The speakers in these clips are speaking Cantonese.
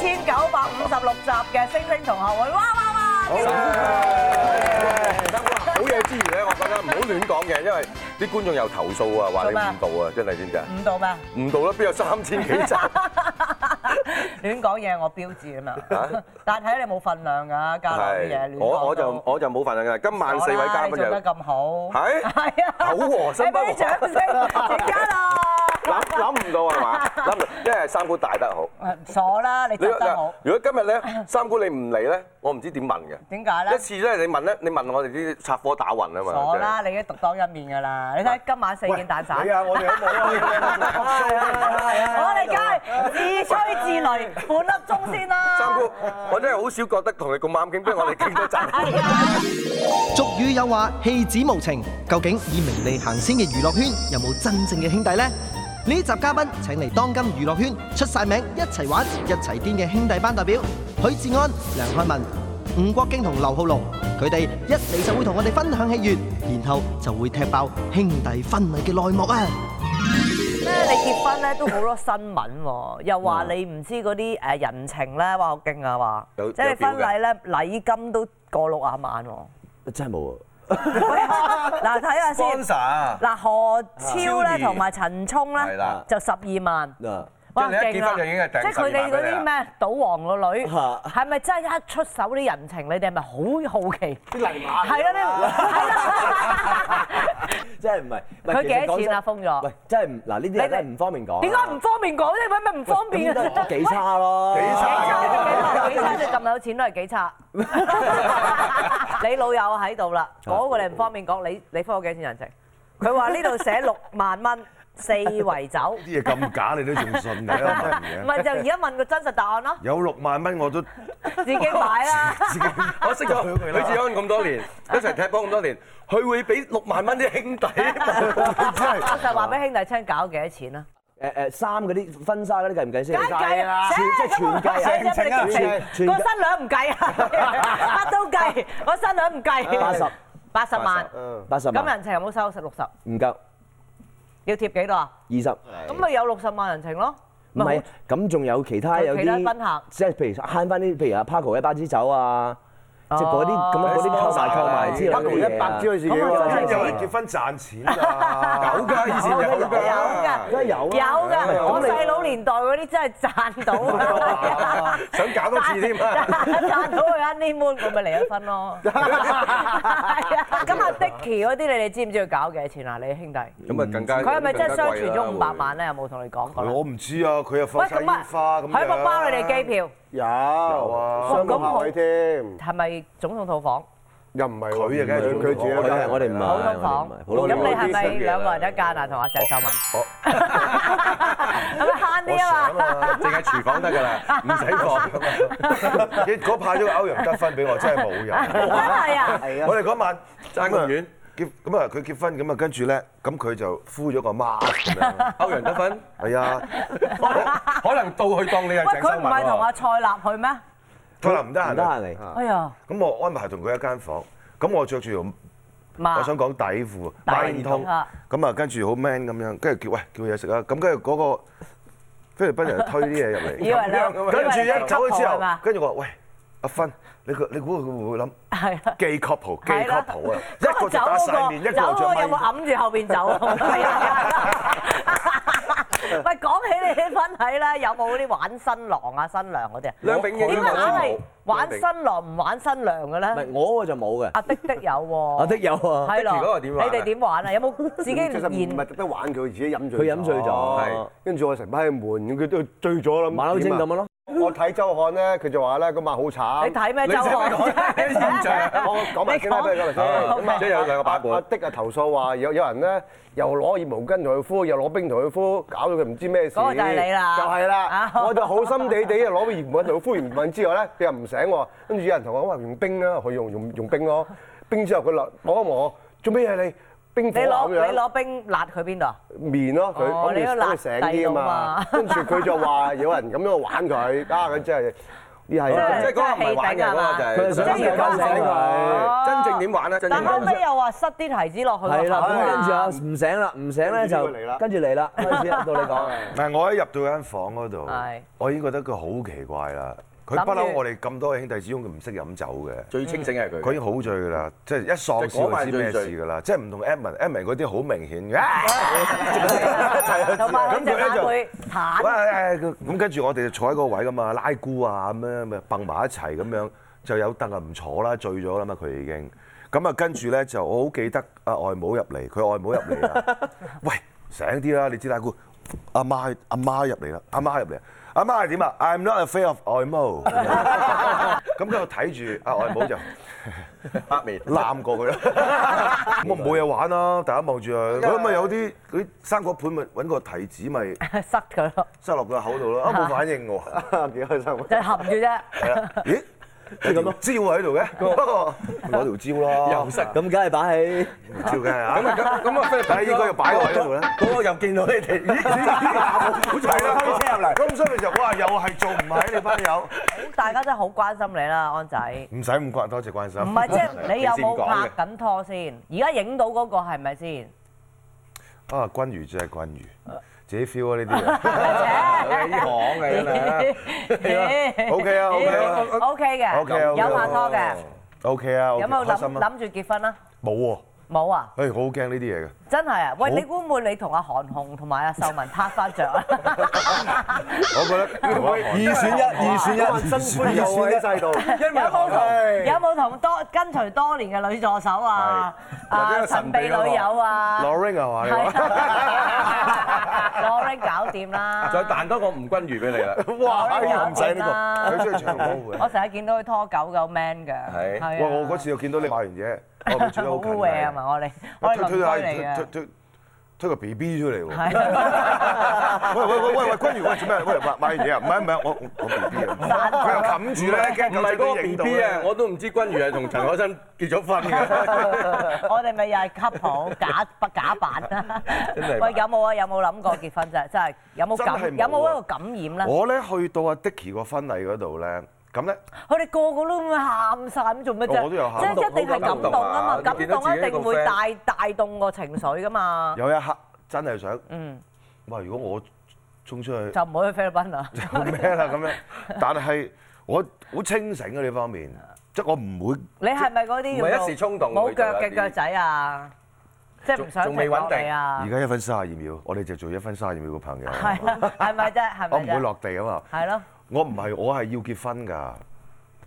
千九百五十六集嘅《星星同學會》，哇哇哇！好好嘢之餘咧，我覺得唔好亂講嘅，因為啲觀眾又投訴啊，話你誤導啊， 真係點解？五度咩？ 誤導啦，邊有三千幾集？亂講嘢我標 誌啊嘛，但係你冇份量㗎，教落啲嘢亂講。我我就我就冇份量㗎。今晚四位嘉賓做得就咁好，係係啊，口和心不 和你俾啲掌聲，陳 家樂。諗諗唔到係嘛？諗唔到，因為三姑大得好。傻啦，你你執得好，如果今日咧三姑你唔嚟咧，我唔知點問嘅。點解一咧？次咧，你問咧，你問我哋啲插科打諢啊嘛。傻啦，你已經獨當一面㗎啦！你睇今晚四件蛋散。 我哋梗係自吹自擂，半粒鐘先啦。三姑，我真係好少覺得同你咁啱傾，不如我哋 傾多陣。係啊。俗語有話戲子無情，究竟以名利行先嘅娛樂圈有冇真正嘅兄弟呢？呢集嘉賓請嚟當今娛樂圈出晒名、一齊玩、一齊癲嘅兄弟班代表許志安、梁漢文、吳國敬同劉浩龍，佢哋一嚟就會同我哋分享喜悅，然後就會踢爆兄弟婚禮嘅內幕啊！咧你結婚咧都好多新聞喎，嗯又話你唔知嗰啲誒人情咧，哇好勁啊話，有即係你有表婚禮咧禮金都過六啊萬 喎。真係冇啊！嗱睇下先，啊！嗱何超超咧儀同埋陳聰係咧啦就十二萬。嗱，哇即係你一勁啊結婚就已經係訂即係佢哋嗰啲12萬俾你咩賭王個女，嚇係咪真係一出手啲人情？你哋係咪好好奇？啲泥馬係啊，啲係啊 啦。 真係唔係。唔係佢其實幾多錢啊講真封咗喂，真係唔嗱呢啲你嘢真係唔方便講啊。點解唔方便講啫？咪咪唔方便啊咁都嘅。幾差咯？幾差幾嘅差幾差你咁有錢都係幾差。你老友喺度啦，嗰個你唔方便講，你你封我幾錢人情？佢話呢度寫六萬蚊四圍走，啲嘢咁假你都仲信嘅問唔嘅？係就而家問個真實答案咯，有六萬蚊我都自己買啦。我識咗許志安咁多 年，一齊踢波咁多年，佢會俾六萬蚊啲兄弟，我就話俾兄弟聽搞幾多錢啦。誒誒衫嗰啲婚紗嗰啲計唔計先？梗計啦，全即係全計啊！全啊計全個新娘唔計啊，乜都計，個新娘唔計。八十八十 Ờ. 萬，八十咁萬人情有冇收六十？唔夠要貼幾多啊？二十，咁咪有六十萬人情咯。唔係咁仲有其他有有其他賓啲客即係譬如慳翻啲，譬如阿 Paco 一巴支酒啊，即係嗰啲哦咁樣嗰啲購埋購埋之類嘅嘢啊。咁啊真係有人結婚賺錢啊！ 有㗎，以前有有㗎㗎，啊梗係有有啦㗎，我咁你細佬年代嗰啲真係賺到 啊，想搞多次添啊！ 賺到佢 honeymoon，佢咪離咗婚咯。係啊，咁阿 Dicky 嗰啲你哋知唔知佢搞幾多錢啊？你兄弟，咁啊更加佢係咪真係相傳更加貴啦咗五百萬咧？有冇同你講過咧？我唔知啊，佢又喂，放晒咁煙啊，花咁樣。佢有冇包你哋機票？哦有啊，雙方下位添。係咪總統套房、又唔係喎，佢啊，梗係佢-佢自己一間。我哋我哋唔係，普通房？我咁哋唔係你普通係咪啲兩個人一間啊？同阿鄭秀文， 咁咪慳啲啊嘛！淨係廚房得㗎啦，唔使放。 結果派咗個歐陽德芬俾我，真係冇真人。係啊！我哋嗰晚爭咁遠，結咁啊，佢結婚咁啊，跟住咧，咁佢就敷咗個 mask 咁樣。歐陽得分，係啊，可能到去當你係喂，鄭佢秀唔文係同喎。阿蔡立去咩？可能唔得閒啊。唔得閒嚟。哎呀，咁我安排同佢一間房，咁我着住條嘛我想講底底褲，褲孖煙通啊咁啊，跟住好 man 咁樣，跟住叫喂叫嘢食啦，啊咁跟住嗰個菲律賓人推啲嘢 入以為嚟，兩，跟住以為兩一走咗之個係後嘛，跟住我話喂阿芬，你佢你估佢會唔會諗係啊。寄 couple 寄係啦 couple 啊？嗰一個個就走打嗰晒個面，一個走就嗰個有冇咪。揞住後邊 走啊？喂，講起你啲婚禮咧，有冇嗰啲玩新郎啊、新娘嗰啲啊？梁炳英點解硬係玩梁炳新郎唔玩新娘嘅唔係咧？我嗰個就冇嘅，阿的的有喎，我的 有啊。係的嗰咯，你個點玩啊哋點玩啊？有冇自己現其實唔係特登玩佢，自己飲醉咗。佢飲醉咗，係。跟住我成班喺度悶，佢都醉咗啦，馬騮精咁點啊？樣咯。我睇周刊呢，佢就話呢，嗰晚好慘。你睇咩你周使唔 使刊講啊？你現場我講埋先啦，你講。哦不如講埋先。好，咁啊，即係有兩個版本。阿-阿迪啊投訴話有-有人呢，又攞熱毛巾同佢敷，又攞冰同佢敷，搞到佢唔知咩事。嗰個就係你啦。就係啦。啊。我就好心地地啊，攞熱毛巾同佢敷完熱毛巾之後呢，佢又唔醒喎。跟住有人同我話，用冰啊，我用-用-用冰咯。冰之後佢攞-摸一摸，做咩啊你？冰火你攞咁樣。你攞冰辣去邊度啊？面咯，佢哦我你哋都等佢醒啲啊辣嘛低，跟住佢就話有人咁樣玩佢，啊佢真係呢係真係即係嗰個唔係玩嘅嗰個就係佢係想即係而家係哦玩佢真正點玩咧？真正但後點玩尾又話塞啲提子落去個係啦，口咁跟住啊啊唔醒啦，唔醒咧就跟住呢個嚟啦跟住嚟啦，開始啦到你講。 嗱，我一入到間房嗰度係，我已經覺得佢好奇怪啦。佢諗不住嬲，我哋咁多兄弟，始終佢唔識飲酒嘅。最清醒係佢。佢已經好醉㗎啦，即係一喪即係嗰笑晚就知咩最醉事㗎啦，即係唔同 Edmond，Edmond 嗰啲好明顯嘅。 啊同埋佢隻眼會彈喂，。誒佢咁跟住我哋就坐喺個位噶嘛，拉姑啊咁樣咪蹦埋一齊咁樣，就有凳啊唔坐啦，醉咗啦嘛佢已經。咁啊跟住咧就我好記得啊外母入嚟，佢外母入嚟啦，喂醒啲啦，你知拉姑阿媽阿媽入嚟啦，阿媽入嚟，阿媽係點啊？I'm not afraid of 外母。咁佢睇住阿外母就黑面。攬過佢啦，咁我冇嘢玩啦，大家望住佢，咁咪有啲嗰啲生果盤咪揾個提子咪。塞佢咯，塞落個口度咯，啊冇反應喎，幾開心啊！就含住啫。係啦，咦？有條蕉喺度嘅，不過攞條蕉啦，又識咁梗係擺喺蕉嘅嚇咁，啊咁 咁啊，菲律賓但係應該要擺 落喺度咧。嗰個又見到你哋，咦好彩啦，推車入嚟。咁所以就哇，又係做唔係你班友，大家真係好關心你啦，安仔。唔使咁關，多謝關心。唔係即係你有冇你先講嘅拍緊拖先？而家影到嗰個係咪先？啊，君如真係君如，自己 feel 啊呢啲有啲行嘅真係。 嘢。OK 啊，OK 啊 O K 嘅，OK 啊，有拍拖嘅， ，OK 啊，有冇開諗心啊？諗住結婚啊？冇喎，冇啊，誒，我好驚呢啲嘢嘅。真係啊！喂，好你估唔會你同阿韓紅同埋阿秀文拍翻 着啊？我覺得二選一，二選一，二選一，制度，有冇哎同有冇同多跟隨多年嘅女助手啊？或者啊神個神秘秘女嗰個友啊？ Lorraine 係嘛？你話係啊 Lorraine 搞掂啦。再彈多個吳君如俾你啦。哇！哎 Lorraine 又唔搞使掂啦呢個，佢中意長毛嘅。我成日見到佢拖狗夠 man 㗎。係係啊哇！我嗰次又見到你買完嘢，我唔住得好好近污穢啊嘛！我哋我哋推鄰居推嚟啊下嘅推。推推個 B B 出嚟喎！係喂喂喂喂喂，君如喂做咩？喂買買完嘢啊？唔係唔係，我我我 B B 啊！佢又冚住咧，驚唔係狗嗰個仔 B 影到 B 啊，咧。我都唔知君如係同陳可辛 結咗婚嘅。我哋咪又係 couple 假假扮啦。真係喂，有冇啊？有冇諗過結婚啫？真係有冇真感係冇有啊冇一個感染咧？我咧去到阿 Dicky 個婚禮嗰度咧，咁咧佢哋個個都咁喊晒，咁做乜啫？我都有喊即係一定係感動啊嘛！好感感動啊動一定會見到帶帶動個情緒噶嘛。有一刻真係想，嗯，哇！如果我衝出去就唔好去菲律賓啦。做咩啦咁樣？但係我好清醒啊嘅呢方面，即係我唔會。你係咪嗰啲唔係一時衝動冇會做腳一啲嘅腳仔啊？即係唔想仲仲未穩定停落嚟啊而？家一分三十二秒，我哋就做一分三十二秒嘅朋友。係啦，係咪啫？係咪啫？我唔會落地啊嘛。係咯。我唔係，我係要結婚㗎，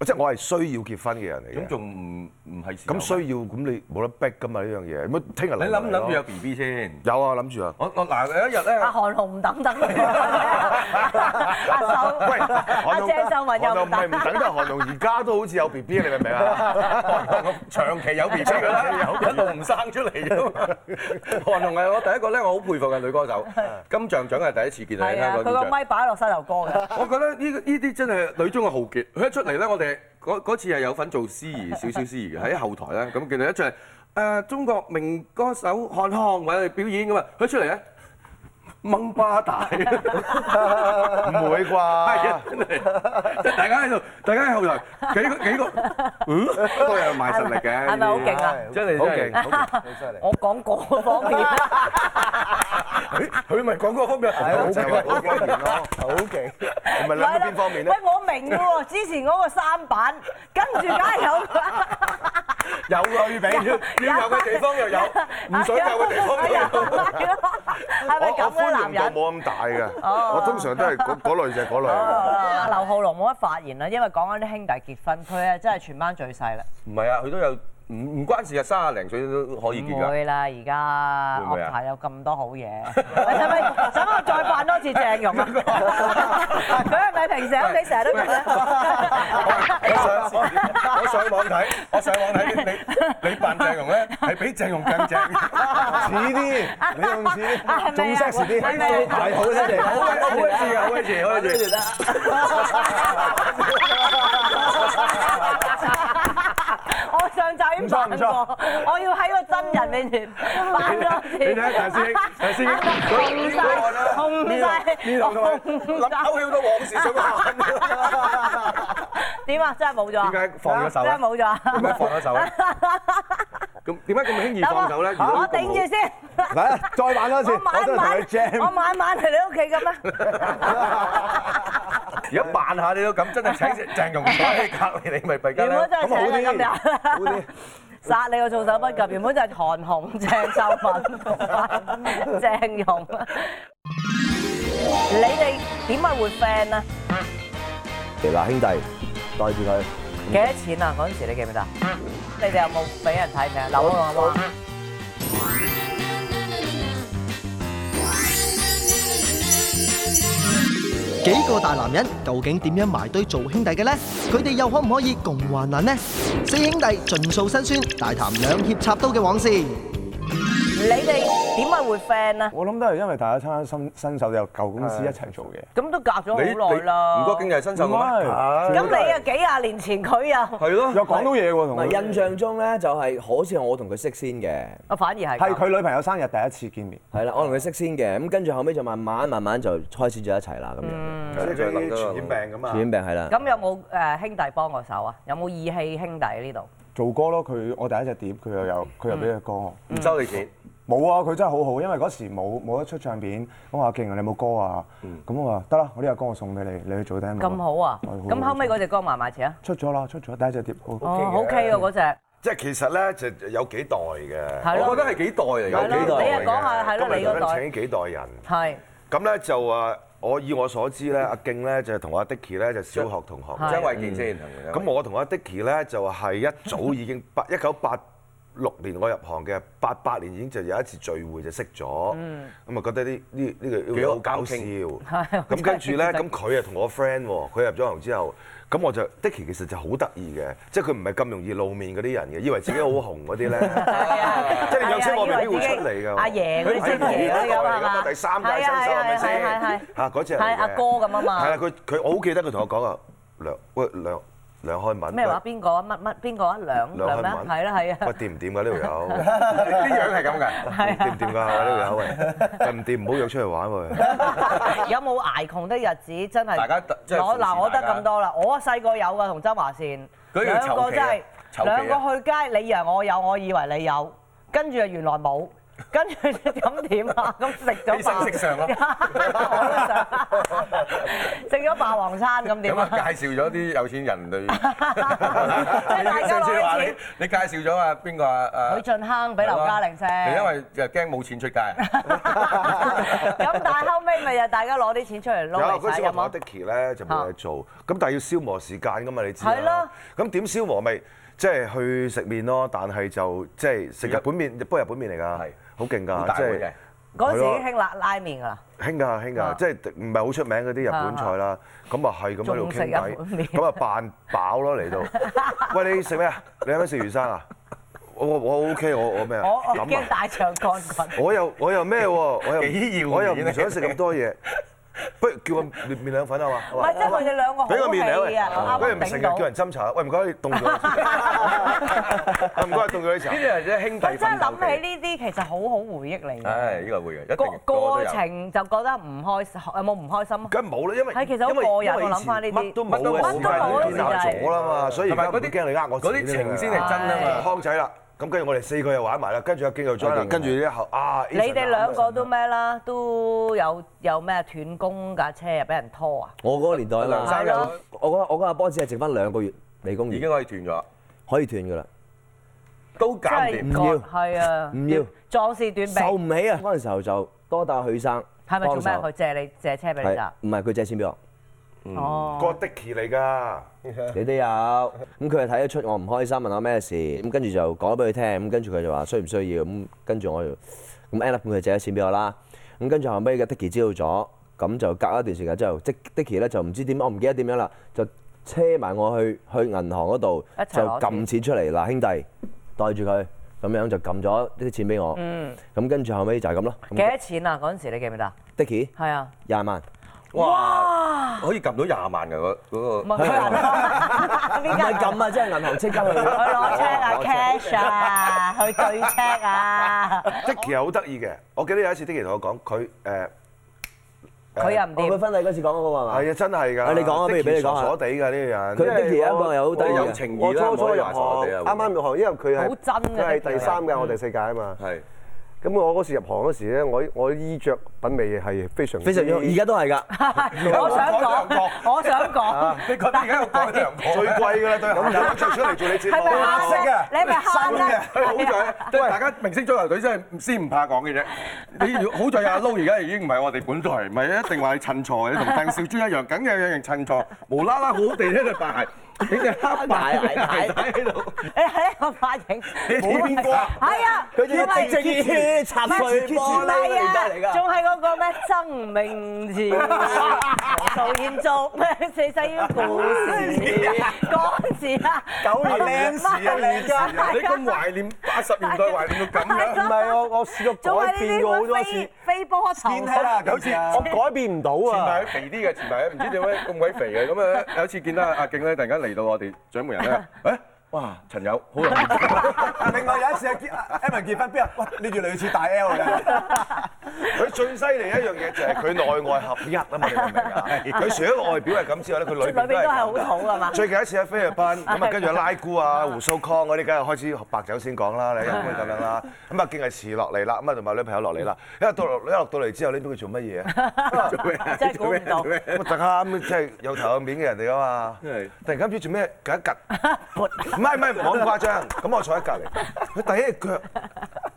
即係我係需要結婚嘅人嚟咁嘅。仲唔唔係時候咁需要，咁你冇得逼㗎嘛呢樣嘢。咁聽日你嚟諗唔諗住有咯 B B 先？有 啊，諗住啊。我我嗱有一日咧阿，韓紅唔等 等，阿秀，喂，阿韓鄭秀文又韓唔紅等唔係唔等，但係韓紅而家都好似有 B B，你明 唔明啊？我長期有 B B 㗎啦，一路唔生出嚟啫嘛。韓紅係我第一個咧，我好佩服嘅女歌手。金像獎係第一次見佢係喺啊，香佢港個金像咪擺落膝頭哥嘅，我覺得呢個呢啲真係女中嘅豪傑。佢一出嚟咧，我哋嗰嗰次係有份做司儀，少少司儀嘅喺後台咧，咁見到一出嚟，誒、中國名歌手韓寒為佢表演咁啊，佢出嚟咧掹巴大，唔會啩？真係即係大家喺度，大家喺後台幾個幾個，嗯，都有賣實力嘅，係咪好勁啊？真係好真係勁，好勁！我講嗰方 面，佢佢咪講嗰方面好就係好方面咯，好勁！唔係諗到邊方面咧喂，？我明嘅喎，之前嗰個三板，跟住梗係有，有對比，要有嘅地方又有，唔想有嘅地方又有。係我咪我咁嘅寬男容人？度冇咁大嘅，我通常都 係嗰嗰類就係嗰類。啊劉浩龍冇乜發言啦，因為講緊啲兄弟結婚，佢啊真係全班最細啦，唔係啊，佢都有唔唔關事啊，三廿零歲都可以見唔㗎。會啦，而家啊會唔會樂啊壇有咁多好嘢，喂使咪使咪我再扮多次鄭 融啊？佢係咪平時喺屋企成日都咁我樣？上我我上網睇，我上網睇你你你扮鄭融咧，係比鄭融更正。似啲，你仲似啊係咪啊啲，仲 sexy 啲，係咪啊 係好犀利。好嘅，好嘅字啊，好嘅字，好嘅字。我上集已經扮唔錯唔過，我要喺個真人面前扮多次。你睇下陳師兄，陳師兄紅晒，紅晒，呢度呢度紅諗晒勾起好多往事想喊。點啊？真係冇咗啊！點解放咗手啊真係冇咗啊！點解放咗手咧？咁點解咁輕易 放手咧？等我我頂住先，嚟再玩多次，我晚我真係同晚你 jam 我。晚晚嚟你屋企嘅咩？ 如果扮下你都咁，真係請鄭融喺隔離你咪弊家原本咧。真係請啊今日，啲殺你個措手不及。原本就係韓紅、鄭秀文同埋鄭融。你哋點解會 friend 啊？嗱，兄弟，袋住佢。幾多錢啊？嗰陣時你記唔記得？你哋有冇俾人睇睇啊？留啊嘛。幾個大男人究竟點樣埋堆做兄弟嘅呢？佢哋又可唔可以共患難呢？四兄弟盡訴辛酸，大談兩肋插刀嘅往事。你哋點解會 friend 啊？我諗都係因為大家參加新新手有舊公司一齊做嘅。咁都隔咗你好耐啦。唔該經濟新手唔嘅咩？係咁你啊幾廿年前佢又，係咯，又講到嘢喎，同唔我係印象中咧，就係好似我同佢識先嘅，我反而係係咁佢女朋友生日第一次見面，係啦，我同佢識先嘅，咁跟住後尾就慢慢慢慢就開始咗一齊啦，咁樣。係即係嗰啲傳染病咁啊傳染病係啦，咁有冇誒兄弟幫過手啊？有冇義氣兄弟呢度？做歌咯。佢我第一隻碟，佢又有佢又俾隻歌我。唔收你錢，冇啊！佢真係好好，因為嗰時冇冇得出唱片，咁我話勁啊，你有冇歌啊？咁我話得啦，我呢個歌我送俾你，你去做 demo。咁好啊！係咁後尾嗰只歌賣唔賣錢啊？出咗啦，出咗第一隻碟。好哦，OK 喎 嗰只，即係其實咧就有幾代嘅，係我咯覺，得係幾代嚟係咯㗎，幾代你嚟係嘅講下係咯，你今日嗰咁樣代請幾代人，係咁咧就啊，我以我所知咧，阿勁咧就同阿 Dicky 咧就小學同學。係張衛健先。咁我同阿 Dicky 咧就係一早已經 八一九八六年我入行嘅，八八年已經就有一次聚會就識咗，咁啊覺得呢呢呢個幾好好搞笑， 係咁跟住咧，咁佢啊同我 friend 喎，佢入咗行之後，咁我就 Dicky 其實就好得意嘅，即係佢唔係咁容易露面嗰啲人嘅，以為自己好紅嗰啲 咧，啊即係你有係車啊我未必以為會自己出嚟㗎。阿爺嗰啲佢係親爺嗰啲咁啊第二代嚟㗎嘛嘛，第三屆新手係咪係啊係啊係啊係啊先？嚇嗰只係阿哥咁啊嘛係啦，佢佢我好記得佢同我講啊，梁喂梁梁漢文咩話？邊個啊？乜乜邊個啊？兩梁兩漢咩文啊？係啦 係啊喂，掂唔掂㗎呢條友？啲樣係咁㗎。 係掂唔掂㗎啊 呢條友喂？喂唔掂唔好約出嚟玩喎。啊！有冇捱窮的日子真 係？大家得即係我扶持大嗱，家我得咁多啦。我細個有噶，同周華善嗰兩叫個籌期真啊係籌期啊兩個去街，你以為我有，我以為你有，跟住啊原來冇。跟住 咁點 啊？咁食咗犧牲食 相咯 食咗霸王餐咁點咁啊？啊，介紹咗啲有 錢人對，係大家攞啲錢上次你話你你介紹咗啊邊個啊？許進亨俾劉嘉玲食。你因為就驚冇錢出街， 咁但係後尾咪就大家攞啲錢出嚟有啊撈嚟嗰使時有我同阿冇？ Dicky 咧就冇嘢做，咁但係要消磨時間㗎嘛，你知啦啊係咯。咁點消磨咪即係去食麵咯，但係就即係食日本麵，不過日本麵嚟㗎係，好勁好大㗎，即碗係嘅。嗰陣啊時已經興辣拉麵㗎啦。興㗎興啊㗎，即係唔係好出名嗰啲日本菜啦。咁啊係咁喺度仲食傾日本麵偈，咁啊扮飽 咯嚟到。喂，你食咩啊？你係咪食魚生啊？我我我 OK，我我咩啊？我我諗啊驚大腸桿 菌。我又我又咩喎？我又幾耀我又唔眼想食咁多嘢，不如叫個麵麵兩粉啊嘛。唔係，即係佢哋兩個好俾個面你氣喂啊！，我不如啱唔啱頂成日到叫。人斟茶，喂唔該你凍咗我 先， 啊唔該你凍咗你茶呢。啲係即係兄弟我真係奮鬥諗嘅起。呢啲，其實好好回憶嚟嘅。唉，呢個會嘅，一定個嘅過。程就覺得唔開心，有冇唔開心啊？梗係冇啦，因為係其實好因為過癮因為我諗以前返呢啲乜都冇乜都嘅冇時乜都冇間，嘅天下時間咗啦嘛，所以而家同埋嗰啲唔驚你呃我嗰啲情先係真啊嘛。康仔啦，咁跟住我哋四個又玩埋啦，跟住阿經又 join 啦，跟住呢後啊，你哋兩個都咩啦？都有有咩斷供架車啊？俾人拖啊？我嗰個年代啊梁嘛，生係咯有我嗰我嗰阿波只係剩翻兩個月嚟公已園經，可以斷咗，可以斷㗎啦，都搞真唔係掂。覺唔要係啊！唔要壯士斷受臂唔起啊！嗰陣時候就多打許生係咪做咩？幫手佢借你借車俾你係咋？唔係佢借錢俾我？哦，個 Dicky 嚟㗎。你都有，咁佢係睇得出我唔開心，問我咩事，咁跟住就講咗俾佢聽，咁跟住佢就話需唔需要，咁跟住我就咁 end up 佢就借咗錢俾我啦，咁跟住後尾嘅 Dicky 知道咗，咁就隔一段時間之後，即 Dicky 咧就唔知點，我唔記得點樣啦，就車埋我去去銀行嗰度一齊就攞錢撳錢出嚟，嗱兄弟袋住佢，咁樣就撳咗呢啲錢俾我，咁跟住後尾就係咁咯嗯幾多錢啊？嗰陣時你記唔記得？ ，Dicky 係啊，廿萬，哇！可以撳到廿萬㗎嗰嗰唔個。係唔 邊係間撳啊，即係銀行即刻去，去攞 check 啊，cash 啊，去對 check à. 啊，啊 Dicky 係好得意嘅，我記得有一次 Dicky 同我講，佢誒佢又唔我佢掂，婚禮嗰次講嗰個係嘛？係啊，真係啊㗎。你講啊不如俾你講下傻傻地㗎呢個人。佢的確有一個有好低我嘅有情我義啦，初唔初可以入話行，傻傻地啊啱啱入行，因為佢係好真嘅佢係第三嘅，我第四屆啊嘛。係咁我嗰時入行嗰時咧，我我衣着品味係非常非常之好，而家都係㗎。我想講，我想講，你覺得而家有改良 過？最貴㗎啦，對鞋仔着出嚟做你節係咪目慳啊。啊你係咪慳咧？好在，即係大家明星足球隊真係先唔怕講嘅啫。你要好在有阿 Low 而家已經唔係我哋本台，唔係一定話你襯錯嘅，同鄧少珠一樣，梗有有人襯錯，無啦啦好好地喺度扮鞋，你隻黑白嘅鞋帶喺度，你睇我髮型，你點啊？係啊，佢仲要因為直接插碎波唔呢個係年啊代嚟，㗎仲。係嗰個咩曾明治、曹燕做咩四世冤故事嗰時啊，九年唔係而家你咁懷念八十年代，懷念到咁係唔樣咯。係我我試仲過改係呢變啲過好咁多嘅次飛，飛波頭天黑啦，有次我改變唔到前啊排。肥啲嘅，前排唔知點解咁鬼肥嘅，咁啊有一次見到阿阿勁咧，突然間嚟到我哋掌門人 咧，誒哇陳友好耐冇見。另外有一次啊，Emma 結婚邊啊？喂，你越嚟越似大 L 嘅。佢最犀利一樣嘢就係佢內外合一啊嘛，你明唔明 啊？佢除咗外表係咁之外咧，佢裏裏邊邊都都係係咁好㗎。土係嘛？最近一次喺菲律賓，咁啊跟住拉姑啊、胡鬚康嗰啲，梗係開始學白酒先講啦，你 一般咁樣啦。咁啊，勁係遲落嚟啦，咁啊同埋女朋友落嚟啦。一落到落一落到嚟之後，你邊佢做乜嘢啊？真係估唔到，咁啊突下咁即係有頭有面嘅人嚟噶嘛。突然間唔知做咩，趌一趌，唔係唔係唔好咁誇張。咁我坐喺隔離，佢第一隻腳。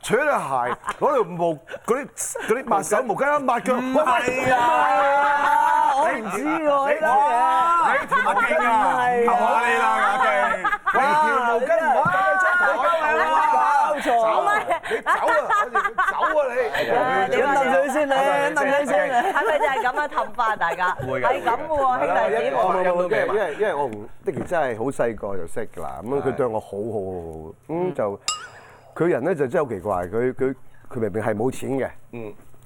除咗對鞋，攞條毛嗰啲嗰啲抹手毛巾一抹腳，唔係啊！我唔知喎，呢你條毛巾啊，求下你啦，我哋。喂，條毛巾唔好擺喺張台度啊！搞錯，你走啊！走啊你！你話佢先你，等陣先係咪就係咁樣氹翻大家？會㗎係咁嘅會㗎喎，兄弟姊妹。因為因為因為我同的傑真係好細個就識㗎啦，咁佢對我好好好好，咁就佢人咧就真係好奇怪，佢佢佢明明係冇錢嘅，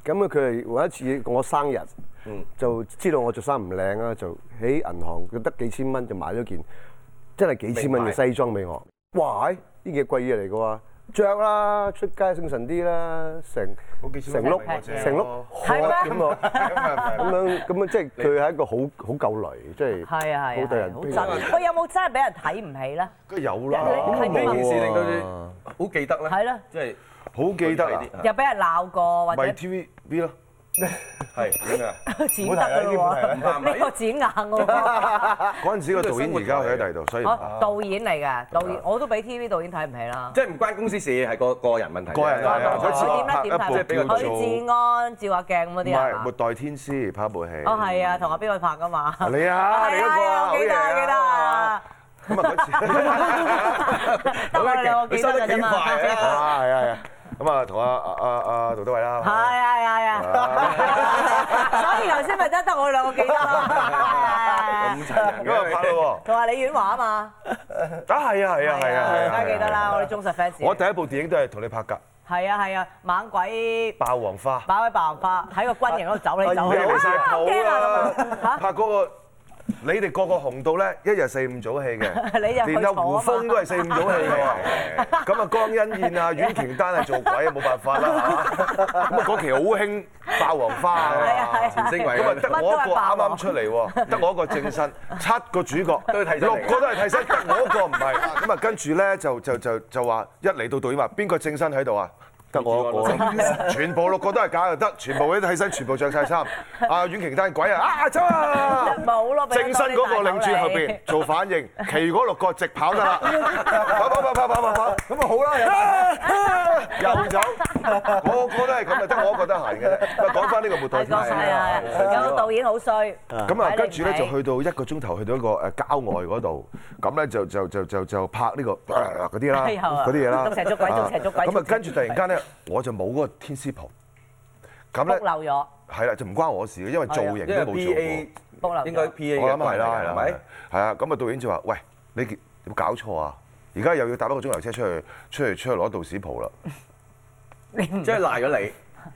咁啊佢係有一次我生日，就知道我着衫唔靚啦，就喺銀行佢得幾千蚊就買咗件真係幾千蚊嘅西裝俾我，哇！呢件貴嘢嚟嘅喎，着啦，出街精神啲啦，成成碌成碌係咩咁啊咁樣咁啊樣，即係佢係一個好好夠雷，即係係啊係啊，好對人好非真常。佢有冇真係俾人睇唔起咧？梗係有你啦，係呢點件啊？事令到你好記得咧，係啦即係好記得啊！又俾人鬧過或咪者 TVB 咯，係點啊？剪得嘅喎，呢個剪硬嘅喎。嗰陣時個導演而家去咗第二度，所以哦，導演嚟嘅，導演我都俾 TV 導演睇唔起啦。即係唔關公司事，係個個人問題啫。個人係啊佢佢自自己己佢點咧點睇？拍一部叫做佢治安照下鏡咁嗰唔啲係啊末。代天師拍一部戲。哦，係啊，同阿邊個拍噶嘛？ 你啊，你係嗰個啊，啊，好我記嘢得記得啊！ 啊，咁啊 嗰次。得我哋兩個記得㗎啫嘛。係啊啊，係啊係啊，咁啊同阿阿阿阿杜德偉啦，係啊 係啊，所以頭先咪得得我兩個記得 咯。係係係咁殘咁啊忍拍嘅，咯同埋李婉華啊嘛，喎，啊係啊係啊係啊係啊，大家記得啦，我哋忠實 fans。我第一部電影都係同你拍㗎，《係啊係啊，猛鬼霸王花》。把位白花喺個軍營嗰度啊走嚟走去，你離晒好譜驚啊啦！拍嗰個你哋個個紅到咧，一日四五組戲 嘅，你就去連阿胡坐啊楓嘛都係四五組戲嘅 喎。咁啊，江欣燕啊、阮瓊丹係做鬼，啊冇辦法啦嚇。咁啊，嗰期好興霸王花係啊係啊啊。陳星咁啊，偉得乜我都一係個霸啱王啱出嚟喎，得我一個正身，七個主角，都係替身嚟六嘅個都係替身，得我一個唔係。咁啊，跟住咧就就就就話一嚟到導演話邊個正身喺度啊？得我一個， 全部六個都係假又得，全部啲替身全部着晒衫。啊，阮瓊丹鬼啊，啊走 啊！冇咯，正身嗰個領住後 邊做反應，其餘嗰六個直跑得啦，跑跑跑跑跑跑跑，咁啊好啦，又走，個個都係咁啊，得我一個得閒嘅啫。喂講翻呢個末代係天講師係啊啊，有個導演好衰，咁啊，擺跟住咧你就唔去到一個鐘頭，去到一個誒郊外嗰度，咁咧就就就就就拍呢個呃嗰啲啦，哎呦啊嗰啲嘢啦，捉蛇捉鬼捉蛇捉鬼咁捉蛇啊，跟住突然間咧，我就冇嗰個天師袍，咁 book 咧漏咗係啦，就唔關我事嘅，因為造型啊因為都冇做過 PA。 ，book 漏咗。應該 P.A. 我嘅諗係啦，係啦，係係咪啦？係啊，咁啊導演就話：喂，你件有冇搞錯啊？而家又要搭一個鐘頭車出去，出去出去攞道士袍啦！即係賴咗你，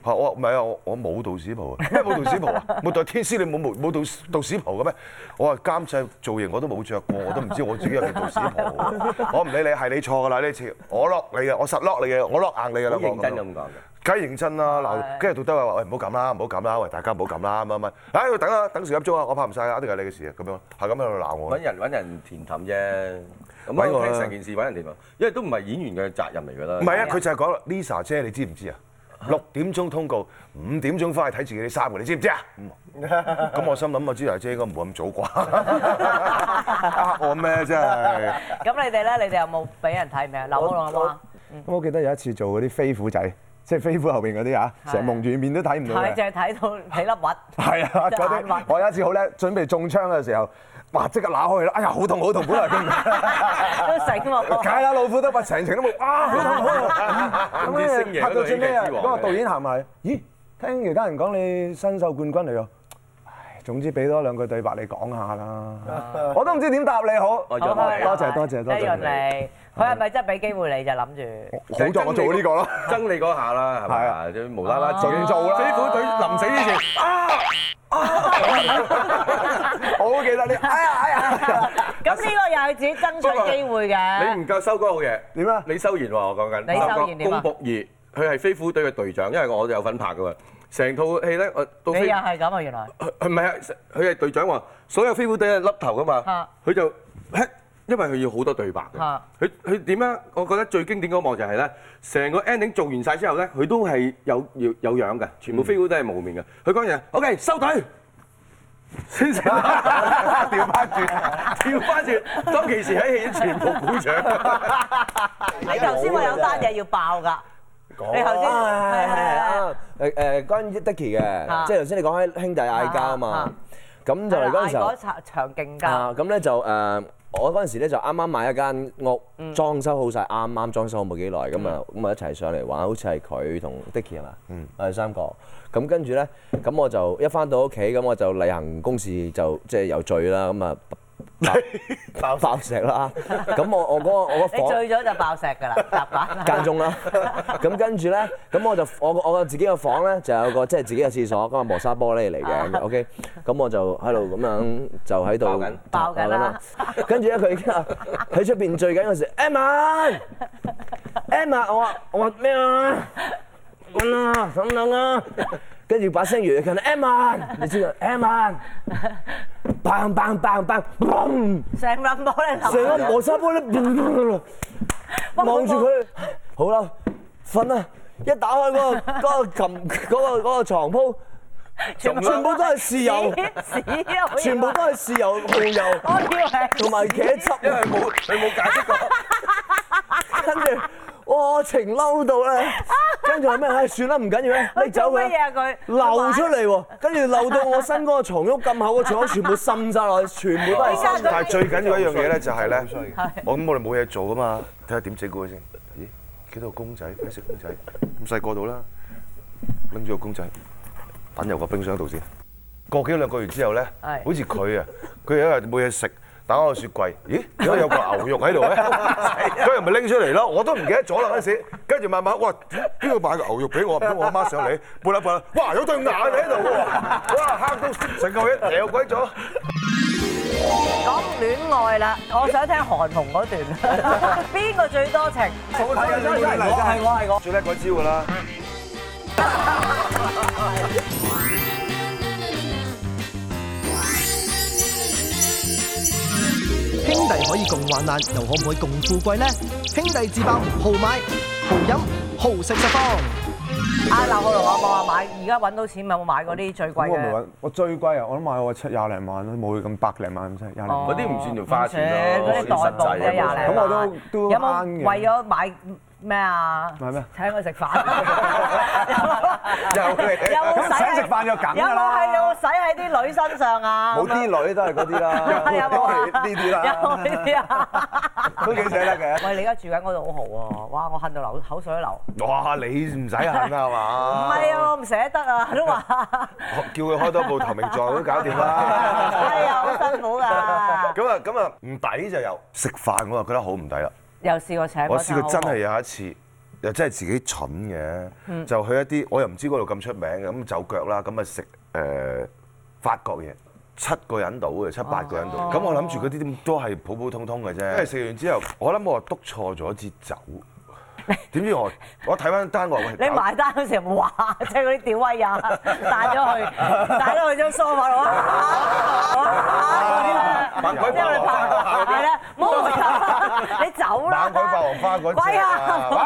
嚇我話唔係啊，我我冇道 士袍啊！咩冇道士袍啊？末代天師你冇冇冇道道士袍嘅咩？我話監製造型我都冇着過，我都唔知我自己有件道士袍 啊。我唔理你係你錯㗎啦呢次，我 lock 你嘅，我實 lock 你嘅，我 lock 硬你㗎啦。好認真我咁講嘅。梗係認真啦，嗱，跟住杜德偉話：喂，唔好咁啦，唔好咁啦，喂，大家唔好咁啦，乜乜，唉，等啊，等時粒鐘啊，我拍唔晒啊，一定係你嘅事啊，咁樣，係咁喺度鬧我啊揾。人揾人填氹啫。咁揾我我聽啦成件事揾人填氹，因為都唔係演員嘅責任嚟㗎啦。唔係啊，佢就係講啦，Lisa 姐，你知唔知啊？六點鐘通告，五點鐘翻去睇自己啲衫嘅，你知 唔知啊？咁我心諗啊，Lisa 姐應該唔會咁早 啩，呃我咩真係？咁你哋咧，你哋有冇俾人睇未啊？扭咯，好嘛？咁我記得有一次做嗰啲飛虎仔，即係飛虎後邊嗰啲啊，係成日蒙住面都睇唔到係嘅就。係睇到睇粒核。係 啊，隻嗰眼畫啲我有一次好叻，準備中槍嘅時候，哇！即刻揦開啦，哎呀，好痛好痛， 本來佢唔都醒喎梗係啦，老虎都話成程都冇， 啊，好痛好痛！唔知咁星咧爺拍到最尾啊，嗰度已經係之王嗰個導演行埋，咦？聽其他人講你新秀冠軍嚟喎，唉，總之俾多兩句對白你講下啦，我都唔知點答你好。我好多開謝啦多謝多謝多謝一樣你，佢係咪真係俾機會你就諗住？好在我做呢 個咯，爭你嗰下啦，係咪係啊？啊即係無啦啦自己盡做啦飛虎隊臨死之前，我好記得呢。哎呀哎呀，咁呢個又係自己爭取機會嘅。你唔夠收嗰個嘢。點啊？李修賢喎，我講緊。李修賢點啊公仆儀，佢係飛虎隊嘅隊長，因為我有份拍嘅喎。成套戲咧，我到你飛又係咁啊？原來佢佢唔係啊，佢係隊長喎，所有飛虎隊係笠頭噶嘛嚇，佢就嘿因為佢要好多對白嘅嚇，佢佢點咧？我覺得最經典嗰幕就係咧，成個 ending 做完晒之後咧，佢都係有有有樣嘅，全部飛虎隊係無面嘅。佢講完，OK 收隊， 先生調啊翻轉，調翻轉，當其時喺戲院全部鼓 掌。你頭先話有單嘢要爆㗎，你頭先啊係係係。誒誒，關於 Dicky 嘅，啊即係頭先你講開兄弟嗌交啊嘛啊，咁就嚟嗰陣時候嗌。嗰場勁交啊，咁咧就誒，我嗰陣時咧就啱啱買一間屋，裝修好晒，啱啱裝修好冇幾耐，咁啊咁啊一齊上嚟玩，好似係佢同 Dicky 係嘛？嗯，我哋三個。咁跟住咧，咁我就一翻到屋企，咁我就例行公事就即係有罪啦，咁啊爆爆石啦。咁我我嗰個我嗰你房。醉咗就爆石㗎啦，習慣 啦。間中啦，咁跟住咧，咁我就我我我自己個房咧就有個即係自己嘅廁所，咁啊磨砂玻璃嚟嘅，OK，咁我就喺度咁樣就喺度爆緊嗯爆緊啦，跟住咧佢已經話喺出邊最緊嗰時，Emma，Emma，我話我話咩啊？咁啊，等等啊，跟住把聲越嚟越近，Emma，你知道 Emma，bang bang bang bang，砰成粒冇你成流。個磨砂玻璃。望住佢，好啦，瞓啦！一打開嗰、 個嗰個琴嗰、個嗰、個床鋪，全部都係豉油，屎啊！我以為全部都係豉油、蠔油我以為同埋茄汁，因為冇佢冇解釋過，跟住哇我情嬲到咧，跟住後尾唉算啦，唔緊要 啦，拎佢走做乜佢嘢啦。啊？佢流出嚟喎，跟住流到我身嗰個床褥咁厚嘅床褥全部滲晒落去，全部都係依家滲。但係最緊要一樣嘢咧，就係咧，我咁我哋冇嘢做啊嘛，睇下點整蠱佢先。咦，幾多個公仔，啡色公仔，咁細個到啦，拎住個公仔，等入個冰箱度先。過幾兩個月之後咧，係好似佢啊，佢有一日冇嘢食。打開個雪櫃，咦？點解有個牛肉喺度咧？佢又咪拎出嚟咯，我都唔記得咗啦嗰陣時。跟住慢慢，哇！邊度買個牛肉俾我？唔通我阿媽上嚟撥一撥啦？哇！有對眼喺度喎！哇！嚇到成嚿嘢掉鬼咗。講戀愛啦，我想聽韓紅嗰 段，邊個最多情？我睇緊你嚟，係我係我最叻嗰招㗎啦。兄弟可以共患難，又可唔可以共富貴呢？兄弟自爆，豪買、豪飲、豪食十方。啊，劉浩龍有冇話買？而家揾到錢咪有冇買嗰啲最貴咁我咪嘅？揾，我最貴啊！我諗買我七廿零萬咯，冇佢咁百零萬咁啫，廿零哦萬。嗰啲唔算做 Ờ, 花唔錢咯，算嗰啲代步啫算實際廿零咁我都都有啱冇嘅。為咗買咩啊？買咩？請我食飯。有嚟有 冇啊咁使請喺食飯就梗有㗎冇啦係有冇使喺啲女身上啊？冇啲女都係嗰啲啦， 係有都冇啊？係 呢啲有冇呢啦，啲啊？都幾捨得嘅。喂，你而家住緊嗰度好豪喎，哇！我恨到流口水都流。哇！你唔使恨啦，係唔嘛？係啊，我唔捨得 啊，都話。叫佢開多部投名狀都搞掂啦。 哎呀，好辛苦 噶。咁啊咁啊，唔抵就有食飯，我就覺得好唔抵啦。又試過請嗰我陣試過真係有一次，又真係自己蠢嗯嘅，就去一啲我又唔知嗰度咁出名嘅，咁走腳啦，咁啊食誒法國嘢，七個人到嘅，七八個人到，哦咁 我諗住嗰啲都係普普通通嘅啫。因為食完之後，我諗我係篤錯咗支酒，點知我我睇翻單我話你喂，搞埋單嗰時候，哇！即係嗰啲吊 威啊，彈咗去，彈咗去張梳化度，哇！哇！猛鬼之後你拍，係啦， 冇你走啦，猛鬼霸王花嗰隻啊鬼啊！哇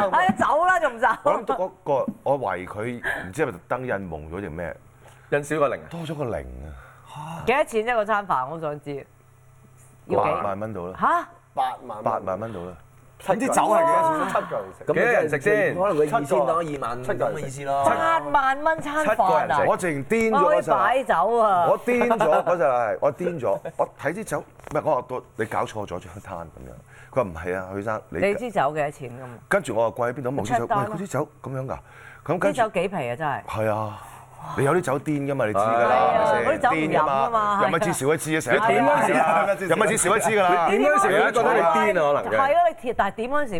係啊，走啦，仲唔走？我諗嗰個我懷疑佢唔知係咪特登印蒙咗定咩，印少個零啊！多咗個零啊，幾多錢一個餐飯？我想知。要八幾？萬蚊到啦，嚇！八萬八萬蚊到啦。咁啲酒係幾多錢？七個人食。咁幾啊多人食先可能佢二七千個多二萬七個咁人嘅食意思咯。八萬蚊餐飯啊！我淨癲我可以咗嗰擺陣，酒啊！我癲咗嗰陣啊係，我癲咗，我睇啲酒，唔係我話到你搞錯咗張單咁樣，佢話唔係啊，許生你你支酒幾多錢㗎嘛？跟住我話貴喺邊度？望支酒，出喂單啊嗰支酒咁樣㗎，咁支跟住酒幾皮啊！真係。係啊。你有啲酒癲㗎嘛？你知㗎係啦，啊係咪嗰啲酒唔先飲㗎嘛飲一支少一支啊！成日你點嗰陣時啊飲一支少一支㗎啊啦。點嗰陣時你都覺得你癲啊？可係能嘅。咯，你貼，但係點嗰陣時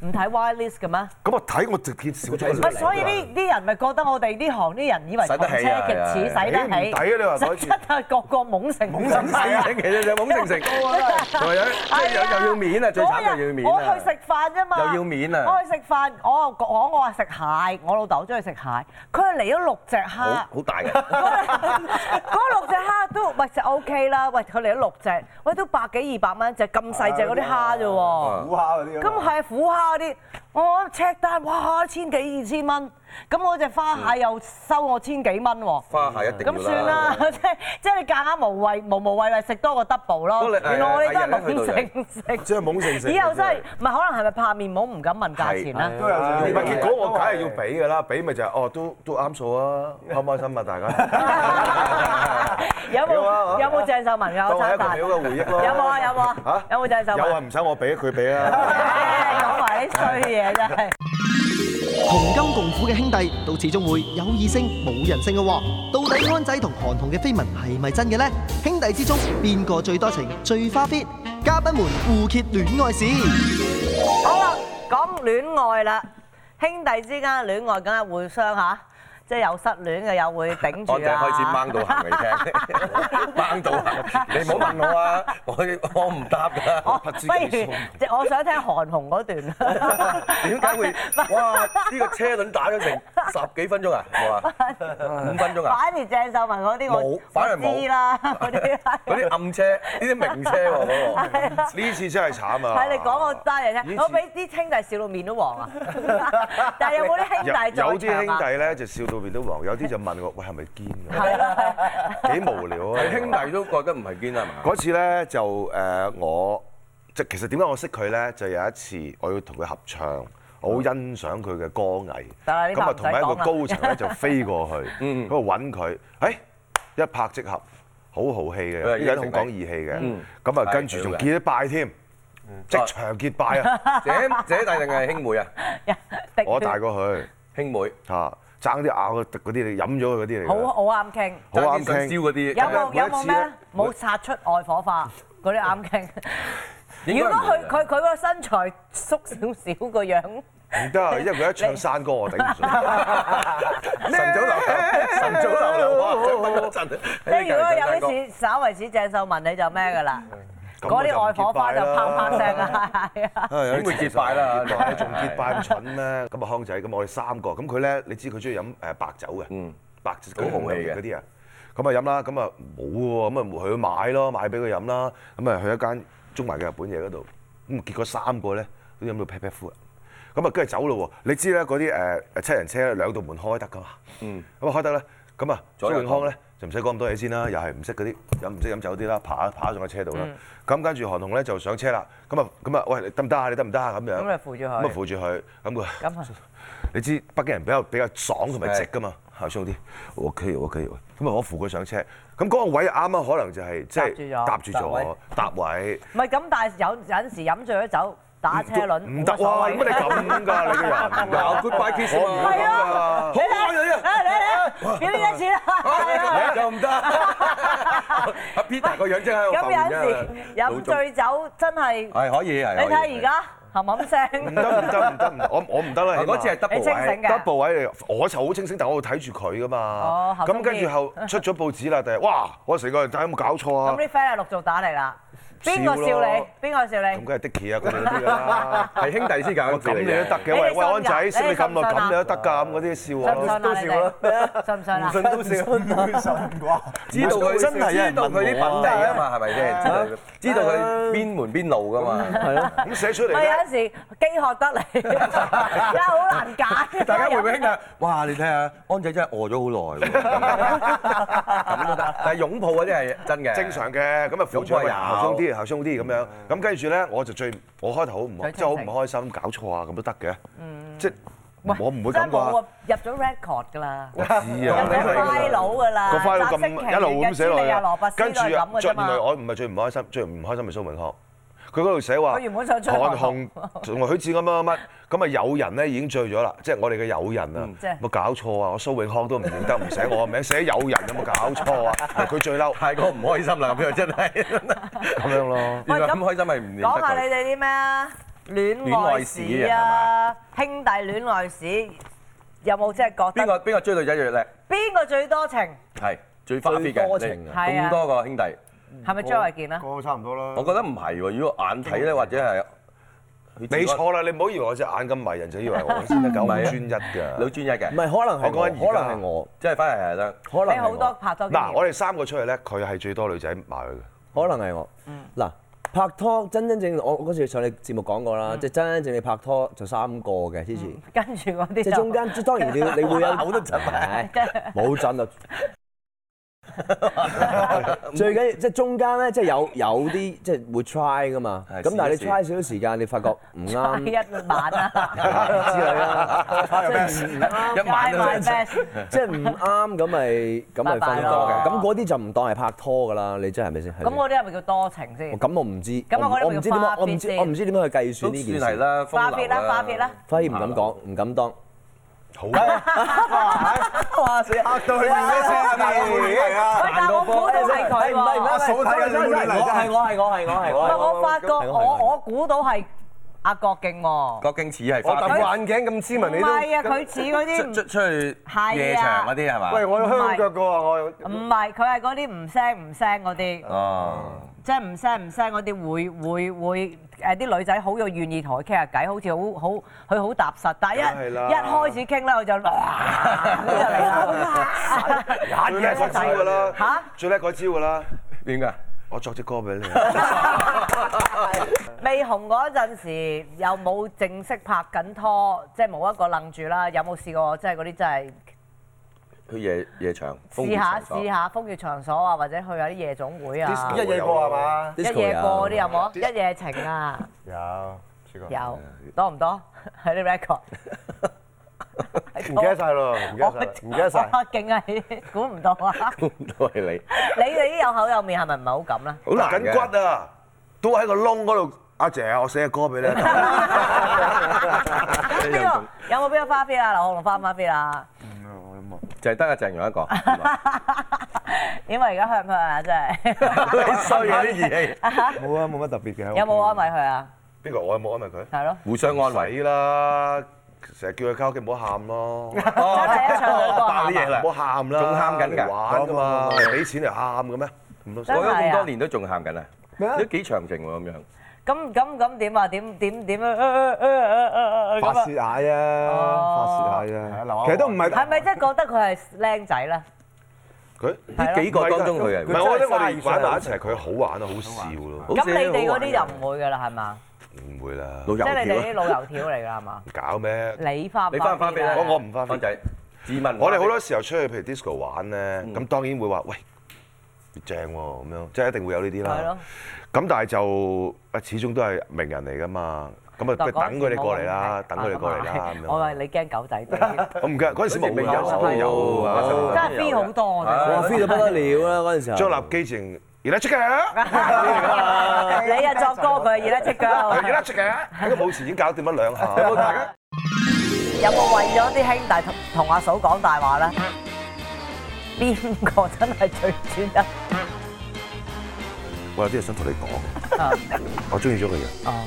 唔睇 Y list 嘅咩？咁我睇我直見少咗咪個零所以呢啲人咪覺得我哋呢行啲人以為使同得車起啊極似，係啊使得起唔抵啊你話嗰使次得啊，個個懵成懵成 啊成，其實就懵成成，同埋有即係又又要面啊！最慘就要面啊我啊！去食飯啫嘛，又要面啊我去食飯，我又講我話食蟹，我老豆中意食蟹，佢係嚟咗六隻蝦好。好大 嘅，嗰六隻蝦都喂就 O K 啦，喂佢嚟咗六隻，喂都百幾二百蚊一隻，咁細隻嗰啲蝦啫喎。啊苦下嗰啲啊嘛。咁係苦蝦嗰啲，我 check 單，哇千幾二千蚊，咁我只花蟹又收我千幾蚊喎，花蟹一定要咁算啦，即係即係你夾硬無謂無無謂謂食多個 double 咯。不過你原來我哋誒藝人都咧係懵成即係懵盛盛。食，以後真係唔係可能係咪怕面膜唔敢問價錢咧？都有唔呢係結果我梗係要俾㗎啦，俾咪就係哦都都啱數啊，開唔開心啊大家？ 有冇有啊有冇鄭秀文㗎當我係餐一個飯？美好嘅回憶咯。有冇啊？有冇啊嚇？有冇鄭秀有啊，文？唔使我俾，佢俾啊。 唉講埋啲衰嘢真係。同甘共苦嘅兄弟，到始終會有異性冇人性嘅喎。到底安仔同韓紅嘅緋聞係咪真嘅呢？兄弟之中邊個最多情、最花 fit？嘉賓們互揭戀愛史。好啦，講戀愛啦，兄弟之間嘅戀愛梗係互相嚇，即係有失戀嘅又會頂住安仔啊。開始掹到行嚟聽，掹到行，你唔好問我啊！我我唔答㗎。我不如即係我想聽韓紅嗰段。點解會？哇！呢個車輪打咗成十幾分鐘啊！我話五分鐘啊！反而鄭秀文嗰啲我冇反而冇我知啦，嗰啲嗰啲啊暗車，呢啲明車喎，嗰個呢次真係慘啊！係你講個單嚟以聽，前我俾啲兄弟笑到面都黃啊！但係有冇啲兄弟在場啊有有啲兄弟咧就笑到面都黃，有啲就問我：喂，係咪堅係啦，㗎？幾無聊啊！係兄弟都覺得唔係堅啊嘛。嗰次咧就誒、呃我即其實點解我識佢咧？就有一次我要同佢合唱，我好欣賞佢嘅歌藝，嗯得啦呢咁啊 part 唔同埋一使個講啦嗯高層咧就飛 過去，咁啊揾佢，誒一拍即合，好豪氣嘅，呢個人好講義氣嘅，嗯咁啊跟住仲結一拜添，即場結拜嗯 啊！姐姐弟定係兄妹啊？滴血我大過佢兄妹，嚇，爭啲咬佢嗰啲，你飲咗佢嗰啲嚟好啊㗎，好啱傾。好爭啲啱想燒傾。嗰啲。有冇每一有冇次咩咧咧？冇擦出愛火花嗰啲啱傾。如果應該唔會嘅佢佢佢個身材縮少少個樣，唔得啊，因為佢一唱山歌我頂唔 順。晨早流流，晨早流 流 啊！真不得真。即係如果有啲似稍為似鄭秀文，你就咩噶啦？咁嗰啲愛火花就我就唔砰結砰拜聲啊，係啊！啊 有啲咁咪結拜啦結拜仲係結拜咁蠢咩？ 咁啊康仔，咁我哋三個，咁佢咧，你知佢中意飲呃誒白酒嘅，白酒好豪氣嘅嗰啲啊，咁啊飲啦，咁啊冇喎，咁啊去買咯，買俾佢飲啦，咁啊去一間中埋嘅日本嘢嗰度，咁啊結果三個咧都飲到啤啤呼啦。咁啊，跟住走咯喎！你知咧嗰啲誒誒七人車兩道門開得噶嘛？嗯。咁啊開得咧，咁啊左蘇右永康咧就唔使講咁多嘢先啦，又係唔識嗰啲飲唔識飲酒啲啦，爬爬上個車度嗯啦。咁跟住韓紅咧就上車啦。咁啊咁啊，喂你得唔得啊？你得唔得啊？咁樣。咁你扶住佢咁啊扶住佢。咁佢。咁啊，你知北京人比較比較爽同埋直噶嘛，後生啲。我可以，我可以。咁啊，我扶佢上車。咁嗰個位啊啱啱可能就係即係搭搭住住咗咗搭位。唔係咁，但係有有陣時飲醉咗酒打車輪唔得冇所哇！謂乜你咁㗎？你個 人。嗱，Goodbye Dạ, kiss Ờ. 我唔會啊！咁好㗎。愛你啊！嚟嚟 嚟，表演一 次啦！Ờ, 又唔得， 阿 Peter 個樣真係喺度咁有浮現陣時啫。飲醉酒真係，係可以係。你睇而家冚冚聲。得唔得唔得唔得，我我唔得啦。哦嗱起碼嗰次係你清 double 位。醒㗎？ double 位嚟，我就好清醒，但我睇住佢噶嘛哦。後咁中跟住啲 後出咗報紙啦，第日哇！我成個人睇有冇搞錯啊咁？啲 friend 係陸續打嚟啦。邊個笑笑咯你？邊個笑咁你？梗係 Dicky 啊，佢哋嗰啲 啦。係兄弟之間喂咁你都得嘅，你哋喂信喂，㗎安仔，識你咁耐，你哋信唔咁你信都啊得㗎，咁嗰啲笑信唔信我。啊？你哋信唔信啊？知道佢真係有人知道佢啲問我啊品味啊嘛，係咪先？知道佢邊門邊路噶嘛。咁寫出嚟咪有咧陣，時飢渴 得嚟，真係好難解。大家會唔會興啊？哇！你睇下安仔真係餓咗好耐喎，咁都得。但係擁抱嗰啲係真嘅，正常嘅，咁啊扶擁住抱佢，有後鬆啲，後鬆啲咁樣。咁跟住咧，我就最我開頭好唔開最即係好清醒嗯唔開心，搞錯啊，咁都得嘅。即係喂我唔會咁真冇 啩啊。入咗 record 㗎啦。我知有啊，個 file 㗎啦，個 file 白色奇咁緣一路咁寫落嘅朱去莉亞羅伯啊斯，跟住都係啊咁嘅最啫原來嘛。我唔係最唔開心，最唔開心係蘇永康，佢嗰度寫話佢原本想追韓韓紅紅同埋許志安乜乜乜，咁啊友人咧已經醉咗啦，即係我哋嘅友人啊嗯即係，冇搞錯啊！我蘇永康都唔認得，唔寫我個名，寫友人有冇搞 錯啊？佢最嬲太過唔開心啦，咁樣真係。咁 樣咯。原來咁咁開心係唔認得講下佢你哋啲咩啊？戀愛史戀愛史啊啊，兄弟戀愛史，有冇即係覺得邊個邊個追女仔最叻？邊個最多情？係最花啲嘅，最多情啊你咁多個兄弟，係咪張衛健啊？個差唔多啦。我覺得唔係喎。如果眼睇嗯咧，或者係你你錯啦！你唔好以為我隻眼咁迷人，就以為我先得九唔係啊專一老㗎。專一嘅，唔係可能係我我，講緊而可能家係我，啊即係反而係得。可能你係好我多拍拖經嗱，我驗，哋三個出去咧，佢係最多女仔埋去嘅。可能係我。嗱，拍拖真真正，我嗰次上你節目講過啦，即係真真正正拍拖就三個嘅之前，跟住嗰啲即就係 中間，即係當然你你會有好多陣，唉冇陣啊！最緊要即係中間咧，即係有有啲即係會 try 噶嘛。係咁但係你試一試 try 少少時間，你發覺唔 係啱一晚啊，之類啦，一晚都太 best，即係唔啱咁咪咁咪拜拜分多咯嘅。咁嗰啲就唔當係拍拖噶啦，你真係咪先？係咪咁嗰啲係咪叫多情先？咁我唔知，咁我我唔覺得我唔知佢叫點樣，我唔知花我唔知點樣去計算都呢件算事係。啦，花風別流啦，啊花別啦，花兒唔敢講，唔敢當。 好啊哇！死嚇 到你啊 喂，但係我估到係佢喎。我係我係我係我係唔係，我。我發覺我我估到係阿郭敬喎。郭敬似係我花戴別。副眼鏡咁斯唔文，你都係啊，佢似嗰出啲出出去啊夜場嗰啲係嘛？喂，我有香腳嘅喎，我有唔唔係，佢係嗰啲唔聲唔聲嗰啲，哦，即係唔聲唔聲嗰啲會會會誒啲女仔好有願意同佢傾下偈，好似好好佢好踏實，但係梗係一啦一開始傾咧，我就啊，最叻嗰招㗎啦，嚇最叻嗰招㗎啦，點㗎？我作只歌俾你。未紅嗰陣時，有冇正式拍緊拖，即係冇一個愣住啦？有冇試過即係嗰啲真係去夜夜場，試下風試月場下風月場所所啊，或者去下啲夜總會啊？ Disco 一夜過係嘛？一夜 à? 過嗰啲有冇？一夜情啊，有試過有多唔多？喺啲 record 唔記得晒咯，唔記得晒啦，唔記得晒。我勁係估唔到啊！ 都係你，你哋啲有口有面係咪唔係好敢咧？好難緊嘅。骨啊，都喺個窿嗰度。阿姐啊，我寫個歌俾你。咁 邊個有冇邊個花邊啊？劉浩龍花唔花邊啊？就係得阿鄭融 一個，點啊？而家香唔香啊？真係 你衰啊啲義氣，冇啊，冇乜特別嘅。有冇安慰佢啊？邊個我有冇安慰佢？係咯，互相安慰。抵啦，成日叫佢返屋企唔好喊 咯，真係一唱好歌 爆係啲嘢嘛啦唔好喊啦，仲喊緊㗎嚟玩㗎嘛，俾錢嚟喊嘅咩？咁多真過咗係啊咁多年都仲喊緊啊，都幾長情喎咁樣。咁咁咁點啊？點點點啊？發咁泄下啫，發泄下啊啫。其實都唔哦係係，咪即係覺得佢係靚仔咧？佢係咯呢幾個當中佢係唔係，我覺得我哋玩埋一齊，佢好玩啊，好笑咯，咁你哋嗰啲就唔會㗎啦，係嘛？唔會啦，老油即係你哋啲條啊！老油條嚟㗎係嘛？搞咩？你花唔你翻唔翻俾啊咧？我我唔返安仔，自問我哋好多時候出去，譬如 disco 玩咧，咁當然會話喂正喎咁樣，即係一定會有呢啲係啦咯。，咁但係就啊，始終都係名人嚟噶嘛，咁啊但係等佢哋過嚟啦，嗰等陣時冇佢哋過嚟咁啦啊咁我話樣。你驚狗仔隊，我唔記得嗰陣時冇有有有啊，真係 feel 好多我哋我 feel 到不得了啦嗰陣時候。張立基情而家出嘅，而你啊作歌，佢係熱得隻腳。家出嘅，喺個舞池已經搞掂咗 兩下。有冇為咗啲兄弟同同阿嫂講大話咧？邊個真係最專一？我有啲嘢想同你講，我中意咗個人。哦，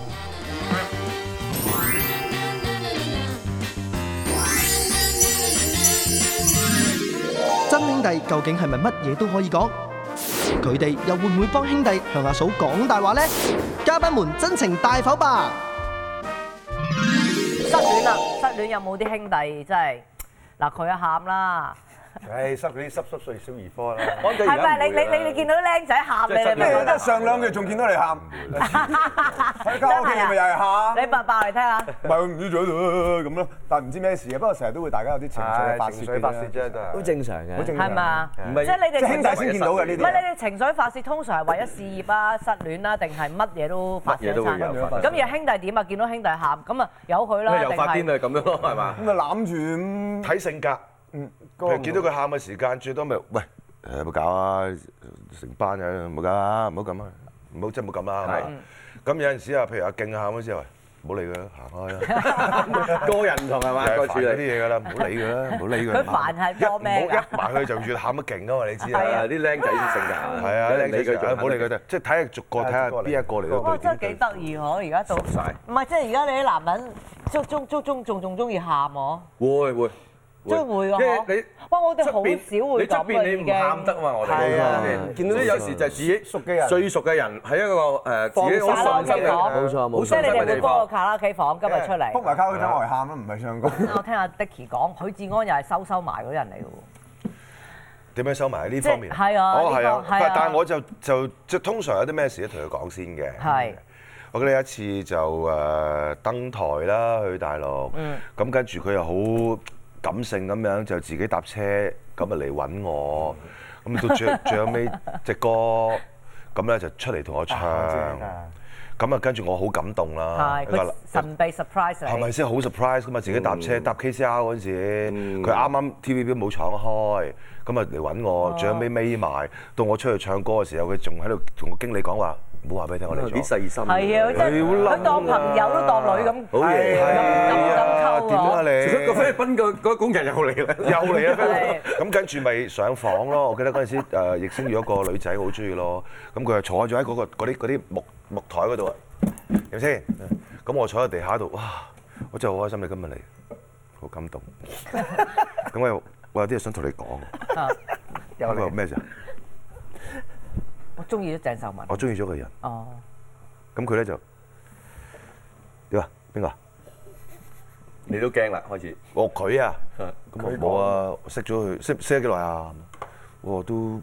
真兄弟究竟係咪乜嘢都可以講？佢哋又會唔會幫兄弟向阿嫂講大話呢？嘉賓們真情大否吧！失戀啦，失戀有冇啲兄弟真係嗱佢一喊啦，唉，濕嗰啲濕濕碎小兒 科啦。係咪你你你你見到啲僆仔喊你，即係你失咪戀 覺啦得 真上兩句仲見到你喊，喺卡拉 OK 咪又係喊，你爆爆嚟聽下，唔係唔知做咁咯，但係唔知咩事嘅。不過成日都會大家有啲情緒發係情泄緒發泄啫，都係好。正常嘅。正係咪啊？唔係即係你即哋係兄弟先見到嘅呢唔啊啲係嘢。你哋情緒發泄通常係為咗事業啊、失戀啊，定係乜嘢都發泄乜嘢都會餐有發泄咁而兄弟點啊？見到兄弟喊，咁啊由佢啦，又定發癲係啊咁樣咯， 係嘛？咁啊攬住咁，睇性格。啊譬如見到佢喊嘅時間，最多咪喂誒有冇搞啊？成班人唔好搞啊！唔好咁啊！唔好真係唔好咁啊啦，係嘛？咁有陣時啊，譬如阿勁喊嗰時，喂唔好理佢啦，行開啦，個人唔同係 嘛？又個係處煩嗰理。啲嘢㗎啦，唔好理佢啦，唔好理佢啦。佢煩係多咩一唔㗎好一埋佢就越喊得勁㗎嘛，你知係啦啊，。啲僆仔性格係啊，你理佢唔好理佢就哋，即係睇下逐個睇下邊一個嚟哇！到真對係幾點。得意嗬，而家到熟晒唔係即係而家你啲男人中中中中仲仲中意喊我，會會中會㗎因為嗬你。哇！我哋出好少邊會你出咁邊嘅你已唔經。喊得嘛？我哋係啊見到有時就係自己熟嘅人最熟嘅人喺一個誒自己好卡拉放 OK 心嘅。房，冇錯冇錯即係你哋會幫個卡拉 OK 房今日出撲嚟。埋卡拉 OK 等我喊啦，唔係唱歌。我聽阿 Dicky 講，許志安又係收收埋嗰啲人嚟嘅喎。點樣收埋呢即方面？係啊哦呢係啊，個係啊但但係我就就即係通常有啲咩事都同佢講先嘅。係我記得有一次就誒登台啦，去大陸，嗯咁跟住佢又好感性咁樣，就自己搭車咁啊嚟揾我，嗯咁到最最後尾隻歌咁咧就出嚟同我唱，咁啊跟住我好感動哦啦係，佢話佢神秘 surprise 係咪你，先好 surprise 咁啊？自己搭車搭 KCR 嗰陣時，佢啱啱 TVB 冇廠開，咁啊嚟揾我，最後尾尾埋，到我出去唱歌嘅時候，佢仲喺度同個經理講話，唔好話俾你聽我嚟幾咗。細係心。啊，佢真係佢當朋友都當女咁，好嘢咁咁溝點啊我。除咗個你？菲律賓個嗰工人又嚟啦。又嚟啦係！咁跟住咪上房咯。我記得嗰陣時誒，亦星遇咗個女仔好中意咯。咁佢就坐咗喺嗰個嗰啲嗰啲木木台嗰度啊，點先？咁我坐喺地下度，哇！我真係好開心你今日嚟，好感動。咁我又我有啲嘢想同你講。啊有佢話咩啫？我中意咗鄭秀文。我中意咗個人，哦，咁佢咧就點啊？邊個啊？你都驚啦，開始。我佢啊，咁我冇啊，我識咗佢，識識咗幾耐啊？我都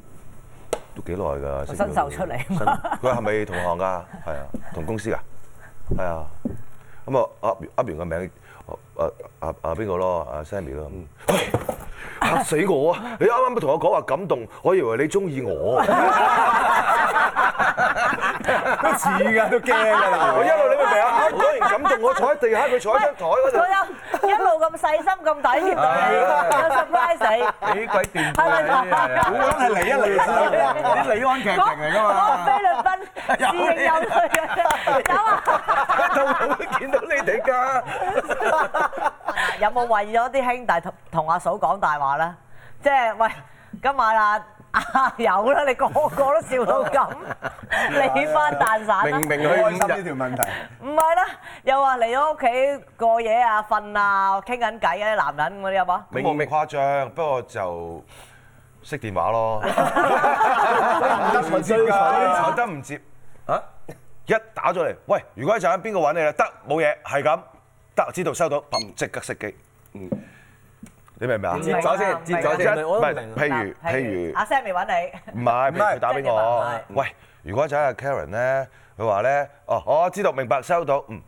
都幾耐㗎，識咗佢新手出嚟啊新佢係咪同行㗎？係啊，同公司㗎，係啊。咁啊，噏完噏完個名，啊啊啊邊個咯？啊 Sammy 咯。喂嚇死我啊！你啱啱同我講話感動，我以為你中意我， 都似㗎，都驚㗎啦。我一路你明唔明啊？我當然感動，我坐喺地下，佢坐喺張台嗰佢度。有一路咁細心咁體貼到你，有 surprise 你。幾鬼斷係咪？梗係嚟一嚟先，啲李安劇情嚟㗎嘛。嗰個菲律賓侍應有佢嘅，走啊！見到你哋㗎。有冇為咗啲兄弟同同阿嫂講大話咧？即係喂，今晚啊啊有啦，你個個都笑到咁，你翻蛋散啦明！明開佢心五呢日，條問題。唔係啦，又話嚟咗屋企過夜啊、瞓啊、傾緊偈啊，啲男人咁嗰啲有冇？明明誇張，不過就熄電話咯，追佢，有得唔接啊？一打咗嚟，喂，如果一陣間邊個揾你咧？得冇嘢，係咁，得知道收到，砰即刻熄機。嗯你明唔明啊？接咗先，接咗一先。唔係，譬如譬如阿 Sammy 揾你，唔係，唔係佢打俾即係我點啊。喂，如果就係阿 Karen 咧，佢話咧，哦，我知道明白收到，嗯，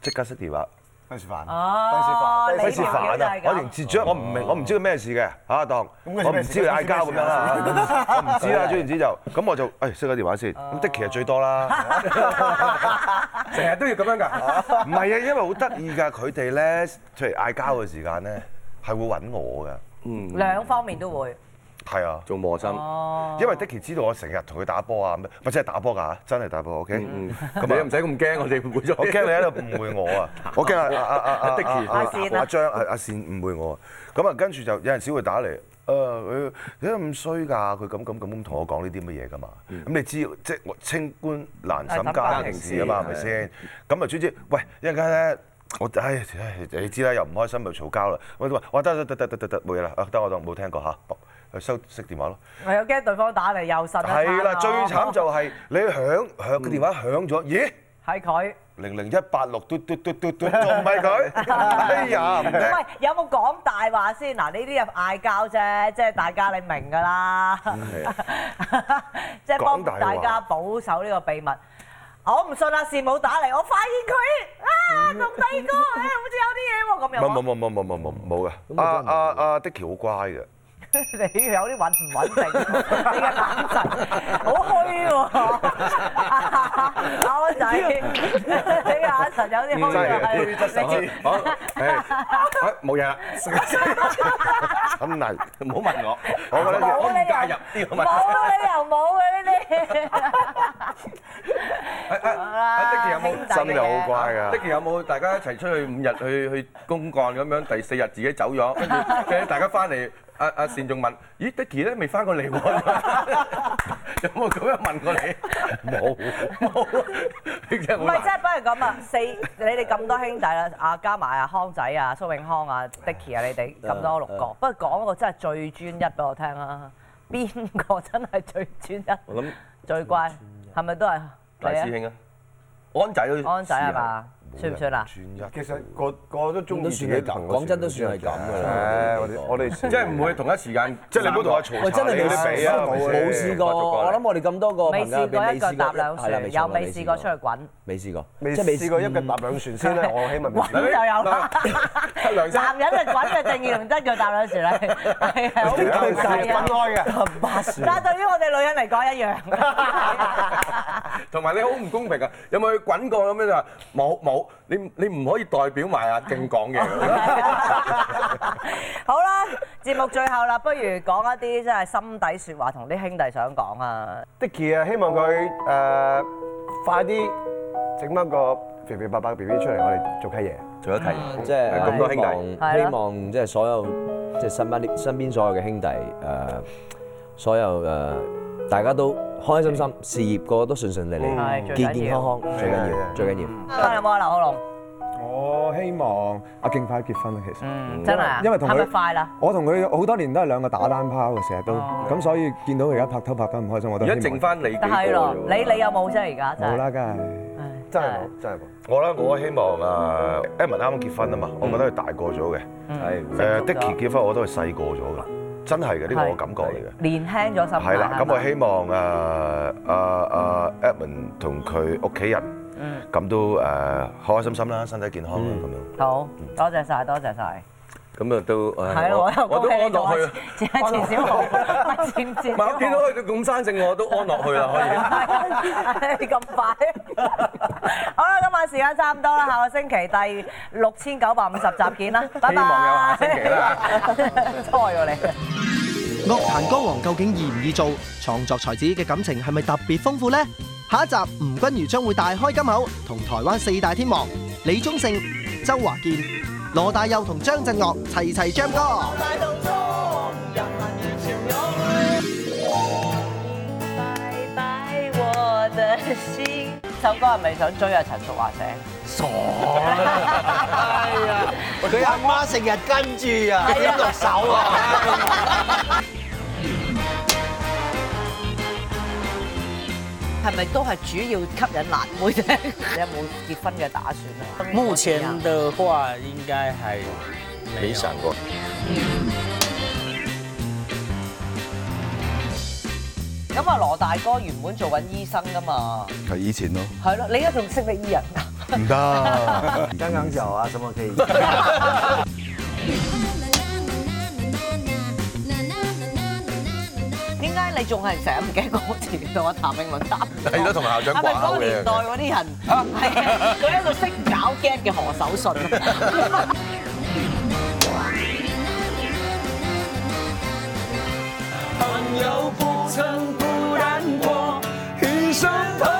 即刻熄電話。費事煩，哦費事煩，你費費事事條煩條啊就係！咁我連截咗，我唔明，我唔知佢咩事嘅嚇，阿當，哦咁佢我唔知佢嗌交咁樣啦咩事嚇，我唔知 啦，總言之就咁我就誒熄咗電話先。咁的其實最多啦，成日都要咁樣㗎。唔係啊，因為好得意㗎，佢哋咧，譬如嗌交嘅時間咧，係會揾我㗎，Ừ. 兩方面都會。係啊，做磨心，因為的其知道我成日同佢打波啊，咁樣咪真係打波㗎，真係打波，OK，啊咁嗯你又唔使咁驚，我哋唔會咗。 我驚你喺度誤會我啊！ 我驚阿阿阿阿 Dicky 阿啊阿阿張阿阿善誤會我啊！咁啊，跟住就有陣時會打嚟。呃誒佢點解咁衰㗎？佢咁咁咁咁同我講呢啲乜嘢㗎嘛？咁你知即係我清官難審家庭事啊嘛，係咪先？咁啊，總之，喂一陣間咧，我唉唉你知啦，又唔開心又嘈交啦。喂喂，我得得得得得得得冇嘢啦，啊得我當冇聽過嚇，就收熄電話咯。我又驚對方打嚟又實一餐係啦，咯最慘就係你響響個電話響咗，咦？係佢。零零一八六嘟嘟嘟嘟嘟，仲唔係佢？哎呀，唔喂聽。，有冇講大話先？嗱，呢啲就嗌交啫，即係大家你明㗎啦， 即係幫講大話大家保守呢個秘密。我唔信阿善冇打嚟，我發現佢啊，同第二個，誒，好似有啲嘢喎，咁冇又冇冇冇冇冇冇冇冇嘅。阿阿阿 Dicky 好乖嘅， 你有啲穩唔穩定？你嘅眼神好虛喎， 阿安仔，你嘅眼神有啲虛喎，係你好，誒，好冇嘢啦，真係唔好問我，我覺得我唔冇理由介入呢個問題。冇理由冇嘅呢啲。誒啦阿 Dicky 有冇兄弟真係好乖㗎。 Dicky 有冇大家一齊出去五日去去公幹咁樣，第四日自己走咗，跟住跟住大家翻嚟，阿阿善仲問：咦，Dicky 咧未翻過嚟 喎？有冇咁樣問過你？冇冇，你真係唔好係，即難。係不如咁啊！四你哋咁多兄弟啦，啊加埋啊康仔啊、蘇永康啊、Dicky 啊，你哋咁多六個，不過講嗰個真係最專一俾我聽啦。邊個真係最專一、我諗最乖？係咪都係大師你兄啊，安仔都啊？安仔係 Dạ. 嘛？冇算人唔算啊？專一。其實個個都中意都自算己係朋咁，友講真都算係咁㗎 À, 啦誒，。我哋我哋即係唔會同一時間，即係你唔好同我嘈喂，真查係你未啲試鼻啊！係咪冇先試過。我諗我哋咁多個未朋友入試過邊，一未腳試過踏兩係啦船，又未試過出去滾，未試過。未即係未試過一腳踏兩船先咧，我希望未滾試過就有 啦。梁生男人係滾嘅定義同真腳踏兩船咧， 係係好唔兩同個啊係嘅分。開嘅。但係對於我哋女人嚟講一樣。同埋你好唔公平啊！有冇去滾過咁樣就話冇冇？你你唔可以代表埋阿勁講嘅。 Ờ. 好啦，節目最後啦，不如講一啲真係心底説話，同啲兄弟想講啊。 Dicky 啊，希望佢誒快啲整翻個肥肥白白嘅 BB 出嚟，我哋做契爺。做一題，即係咁多兄弟希望係咯希望即係所有即係身邊啲身邊所有嘅兄弟誒、所有誒、大家都開開心心，事業個個都順順利利係最緊要，健健康康最緊要，最緊要。翻有冇啊，劉浩龍？我希望阿勁快結婚啦，其實。嗯，真係啊，因為同係咪佢快啦？我同佢好多年都係兩個打單拋嘅，成日都哦咁，所以見到佢而家拍拖拍得唔開心，我都而家希望剩翻你幾個但係咯，啫你喎你有冇啫？而家真冇係啦，梗係。唉真係冇，真係冇。我啦，我希望啊，Evan 啱啱結婚啊嘛，我覺得佢大個咗嘅。成誒熟咗，Dicky 結婚我覺得佢細個咗嘅，真係嘅，呢個我感覺嚟嘅。年輕咗心態係啦，咁嘛我希望誒阿阿 Edmond 同佢屋企人嗯，咁都誒開開心心啦，身體健康啦咁樣。好多謝晒，多謝晒。咁啊都唉係咯，我又我恭都喜安你落去做啊。前前小豪，前前唔係我見到佢咁生性，我都安落去啦，可 以。啊咁快？好啦，今晚時間差唔多啦，下個星期第六千九百五十集見啦， 拜拜。希望有下星期 啦猜喎你。樂壇歌王究竟易唔易做？創作才子嘅感情係咪特別豐富呢？下一集吳君如將會大開金口，同台灣四大天王李宗盛、周華健、羅大佑同張震岳齊齊 jam 歌。拜拜我的心。首歌係咪想追啊陳淑華寫？哎傻啊！係啊，佢阿媽成日跟住啊，點落手啊？係咪都係主要吸引辣妹啫？你有冇結婚嘅打算啊？目前的话，应该还没有。過。咁啊，羅大哥原本做緊醫生噶嘛，係以前咯，係咯，你而家仲識得醫人㗎？唔得。剛剛有啊，什麼契爺？點解你仲係成日唔記得講自己同阿譚詠麟搭？ 係咯同埋校長係咪嗰個掛鈎啊嘅年代嗰啲人？係啊佢一個識搞 get 嘅何守信。啊朋友不曾孤单过，余生朋